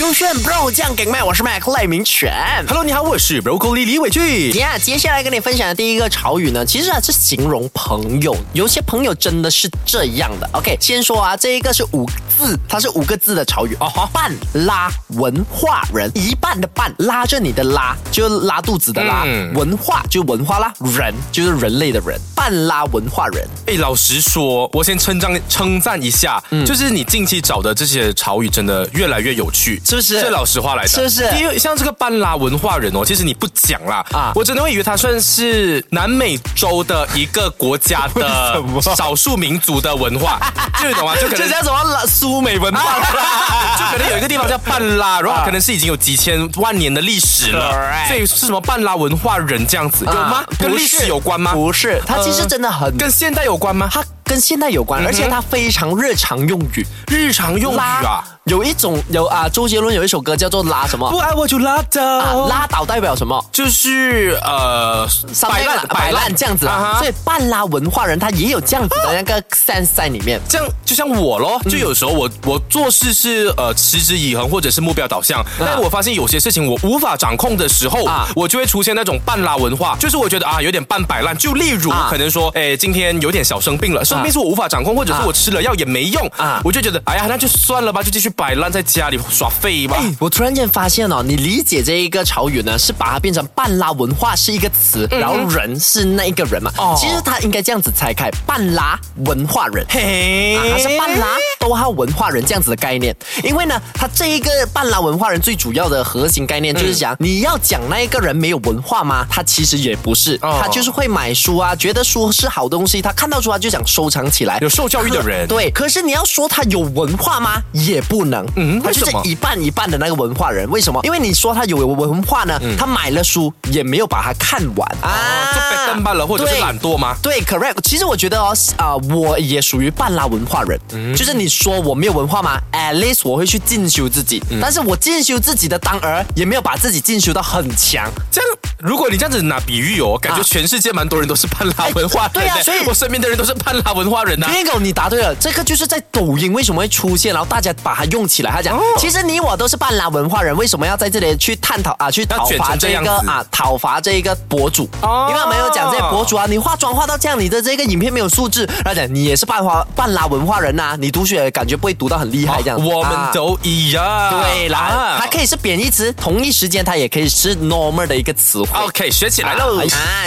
勾炫 bro 酱给麦，我是 Mac 赖明全。 Hello，你好，我是 Broccoli 李伟俊。呀、接下来跟你分享的第一个潮语呢，其实啊是形容朋友，有些朋友真的是这样的。OK，先说啊，这一个是五字，它是五个字的潮语哦，半拉文化人，一半的半拉着你的拉，就拉肚子的拉，嗯文化就文化啦，人就是人类的人，半拉文化人。哎，老实说，我先称赞称赞一下，嗯就是你近期找的这些潮语真的越来越有趣，是不是这老实话来的，是不是因为像这个班拉文化人哦，其实你不讲啦，啊啊，我真的会以为他算是南美洲的一个国家的 为什么少数民族的文化，就你懂吗？就可这能叫什么拉苏美文化啦？就可能有一个地方叫半拉，然后可能是已经有几千万年的历史了啊 Correct 所以是什么半拉文化人这样子，有吗啊？跟不历史是有关吗？不是，它其实呃真的很跟嗯现代有关吗？它跟现代有关，而且它非常日常用语。日常用语拉啊，有一种有啊，周杰伦有一首歌叫做拉什么？爱我就拉倒。啊，拉倒代表什么？就是呃，摆烂摆烂这样子啊啊，哈所以半拉文化人他也有这样子的那个 sense 在里面。这样就像我咯，嗯就有时候我、我做事是呃持之以恒或者是目标导向，但我发现有些事情我无法掌控的时候，啊我就会出现那种半拉文化，就是我觉得啊有点半摆烂。就例如、啊可能说，哎，今天有点小生病了，生病是我无法掌控，或者是我吃了药也没用，啊我就觉得哎呀那就算了吧，就继续摆烂在家里耍废吧。我突然间发现哦，你理解这一个潮语呢，是把它变成半拉文化是一个词，然后人是那一个人嘛。嗯哦其实他应该这样子拆开，半拉文化人。嘿、啊，它是半拉都哈文化人这样子的概念，因为呢，它这一个半拉文化人最主要的核心概念就是讲，你要讲那一个人没有文化吗？他其实也不是，哦他就是会买书啊，觉得书是好东西，他看到书他就想收藏起来。有受教育的人可对，可是你要说他有文化吗？也不能，嗯，他就是为什么一半一半的那个文化人，为什么？因为你说他有文化呢，他买了书也没有把它看完啊，就摆烂罢了，或者是对懒惰吗？对，correct。其实我觉得哦，啊、我也属于半拉文化人，就是你说我没有文化吗？At least 我会去进修自己，但是我进修自己的当儿也没有把自己进修到很强。这样，如果你这样子拿比喻哦，感觉啊全世界蛮多人都是半拉文化人的、对啊所以我身边的人都是半拉文化人呐、啊 bingo，你答对了，这个就是在抖音为什么会出现，然后大家把它用起来。他讲，哦其实你我都是半拉文化人，为什么要在这里去探讨啊，去讨卷伐成这这样个子啊，讨伐这一个博主？哦因为他们有讲这些博主啊，你化妆化到这样，你的这个影片没有素质，他讲你也是半花半拉文化人呐、你读书也感觉不会读到很厉害这样子。哦我啊们都一样。啊对啦，它还可以是贬义词，同一时间它也可以是 normal 的一个词汇。 OK 学起来喽。啊，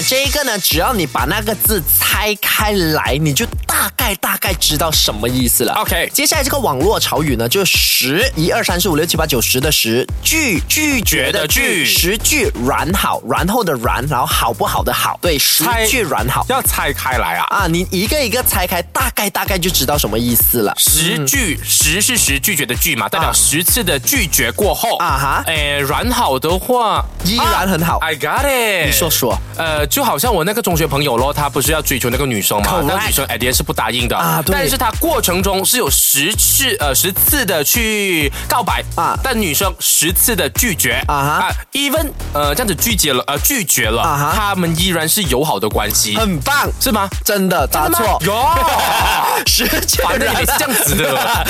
这一个呢，只要你把那个字拆开来，你就大概大概知道什么意思了。 OK 接下来这个网络潮语呢，就是十一二三四五六七八九十的十，拒拒绝的拒，拒十句然好，然后的然，然后好不好的好，对，十拆句然好。要拆开来啊。啊，你一个一个拆开，大概大概就知道什么意思了。十拒十是十拒绝的拒嘛，代表十次的拒绝过后啊哈诶，软好的话依然很好啊 I got it。你说说。呃，就好像我那个中学朋友咯，他不是要追求那个女生嘛 Correct，那个女生 a d 是不答应的啊对但是他过程中是有十次呃十次的去告白啊但女生十次的拒绝啊哈 e v e n 呃这样子拒绝了呃拒绝了啊哈啊他们依然是友好的关系，很棒，是吗？真的答真的吗错。有。 十句反正然你每次这样子的，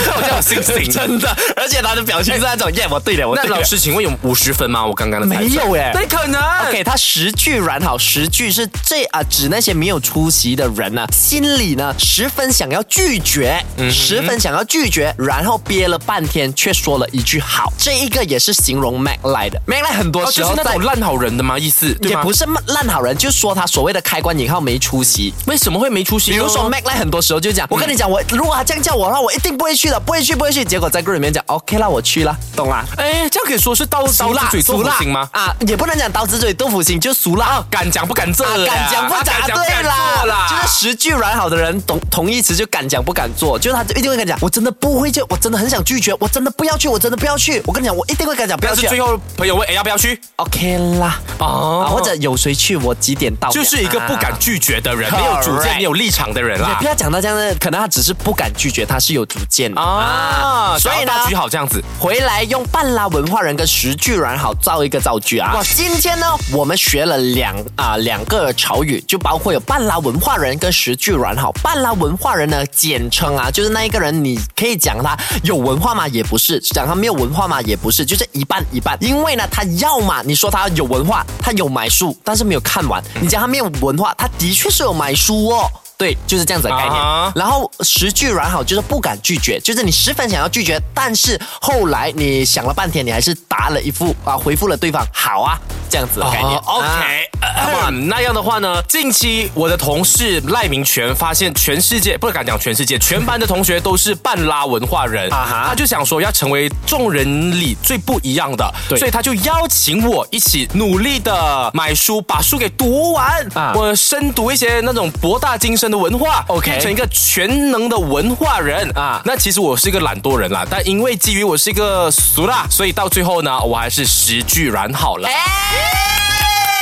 那我这样有信 心。真的，而且他的表情是那种耶，我对了，我那对了老。师，请问有五十分吗？我刚刚的猜测没有耶那可能。 OK，他十句软好，十句是这啊，指那些没有出息的人呢、啊心里呢十分想要拒绝，嗯十分想要拒绝，然后憋了半天，却说了一句好。这一个也是形容 Mac 来的，Mac 来很多哦，时就是候那在种。烂好人的吗？意思对也吗？不是烂好人，就说他所谓的开关引号没出息。为什么会没出息比呢？如说 Mac 来很多时候就嗯讲，我跟你讲，我如果他这样叫我的话，我一定不会去的，不会去，不会去。结果在 group 里面讲，OK 啦，我去啦，懂啦。哎，这样可以说是刀刀俗子辣，嘴俗豆腐辣心吗？啊，也不能讲刀子嘴豆腐心，就俗辣。啊敢讲不敢做啦，敢讲不啊敢敢讲不对敢啦做，啦，就是十句软好的人，同同义词就敢讲不敢做，就是他一定会跟你讲，我真的不会就，我真的很想拒绝，我真的不要去，我真的不要去，我跟你讲，我一定会跟你讲不要但是去最后朋友问，哎，要不要去？ ，OK 啦，哦啊，或者有谁去，我几点到，就是一个不敢拒绝的人，啊没有主 Correct 见、没有立场的人也啦不。要讲到这样的，可能他只是不敢拒绝，他是有有主见的啊，所所以以呢大局好这样子。回来用半拉文化人跟十句软好造一个造句啊！今天呢，我们学了两啊、两个潮语，就包括有半拉文化人跟十句软好。半拉文化人呢，简称啊，就是那一个人，你可以讲他有文化吗？也不是；讲他没有文化吗？也不是，就是一半一半。因为呢，他要么你说他有文化，他有买书，但是没有看完；你讲他没有文化，他的确是有买书哦。对，就是这样子的概念。啊然后十句软好就是不敢拒绝，就是你十分想要拒绝，但是后来你想了半天，你还是答了一副啊，回复了对方好啊这样子的概念。啊哦 OK，那啊那样的话呢？近期我的同事赖明全发现，全世界不敢讲全世界，全班的同学都是半拉文化人，啊哈他就想说要成为众人里最不一样的，对所以他就邀请我一起努力的买书，把书给读完，啊我深读一些那种博大精深的文化 OK 变成一个全能的文化人啊啊。那其实我是一个懒惰人啦，但因为基于我是一个俗辣，所以到最后呢，我还是十句软好哎了。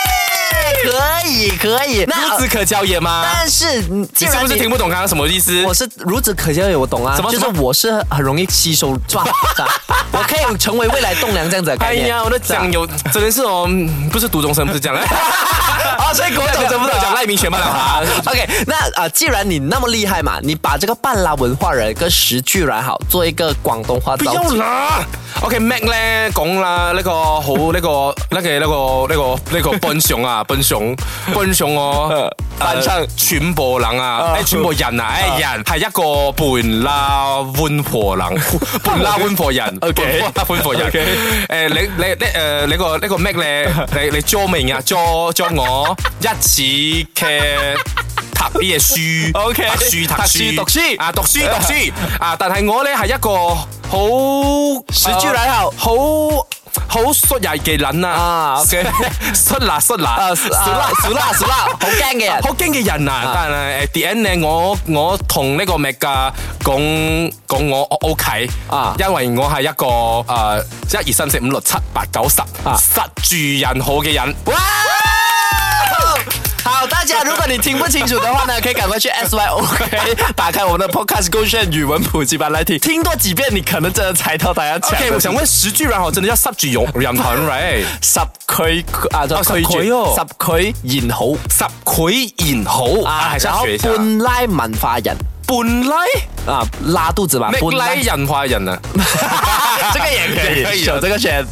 可以可以，孺那子可教也吗？但是嗯既你然是不是听不懂刚刚什么意思？我是孺子可教也，我懂啊，什么就是什我是很容易吸收，是吧？是吧我可以成为未来栋梁这样子的概 哎念。呀，我的是啊讲吧有真的是哦，嗯不是读中生，不是 这样的。 啊，所以国懂真不懂讲赖明全班了啊。 OK，那啊、呃既然你那么厉害嘛，你把这个半拉文化人跟十句软好做一个广东话不造要句。啦。OK，Mac 咧講啦，呢個好呢個呢個呢個呢個呢個笨熊啊，笨熊笨熊 Ờ, 我扮相全部人 Ờ. 啊，誒全部人啊，誒人係一個半啦溫婆 人，半啦溫婆人 OK 半啦溫婆人。誒你你呢誒呢個呢個 Mac 咧，你你做明啊，做做我一次嘅。讀呢嘢書 OK 讀書讀讀書書讀書啊讀書讀書啊！但係我咧係一個好十句來後好好率人嘅人啊啊，OK Ờ, à, 率啦率啦啊，死啦死啦死啦，好惊嘅人。好驚嘅人啊！但係誒 D N 咧，我我同呢個 Mac 噶講講我 O K 啊因為我係一個誒一二三四五六七八九十啊實住人好嘅人。哇！好，大家如果你听不清楚的话呢，可以赶快去 S Y O K 打开我们的 Podcast 勾选语文补习班来听，听多几遍，你可能真的猜到大家讲的 OK，我想問十句人我真的要塞住用人好，right？ 十佢啊，就十佢哦十佢言好十佢言好啊，係然想後學一下半拉文化人半拉啊，拉肚子嘛， ，Mac 半拉人化人啊。这个也可也可以，以有这个选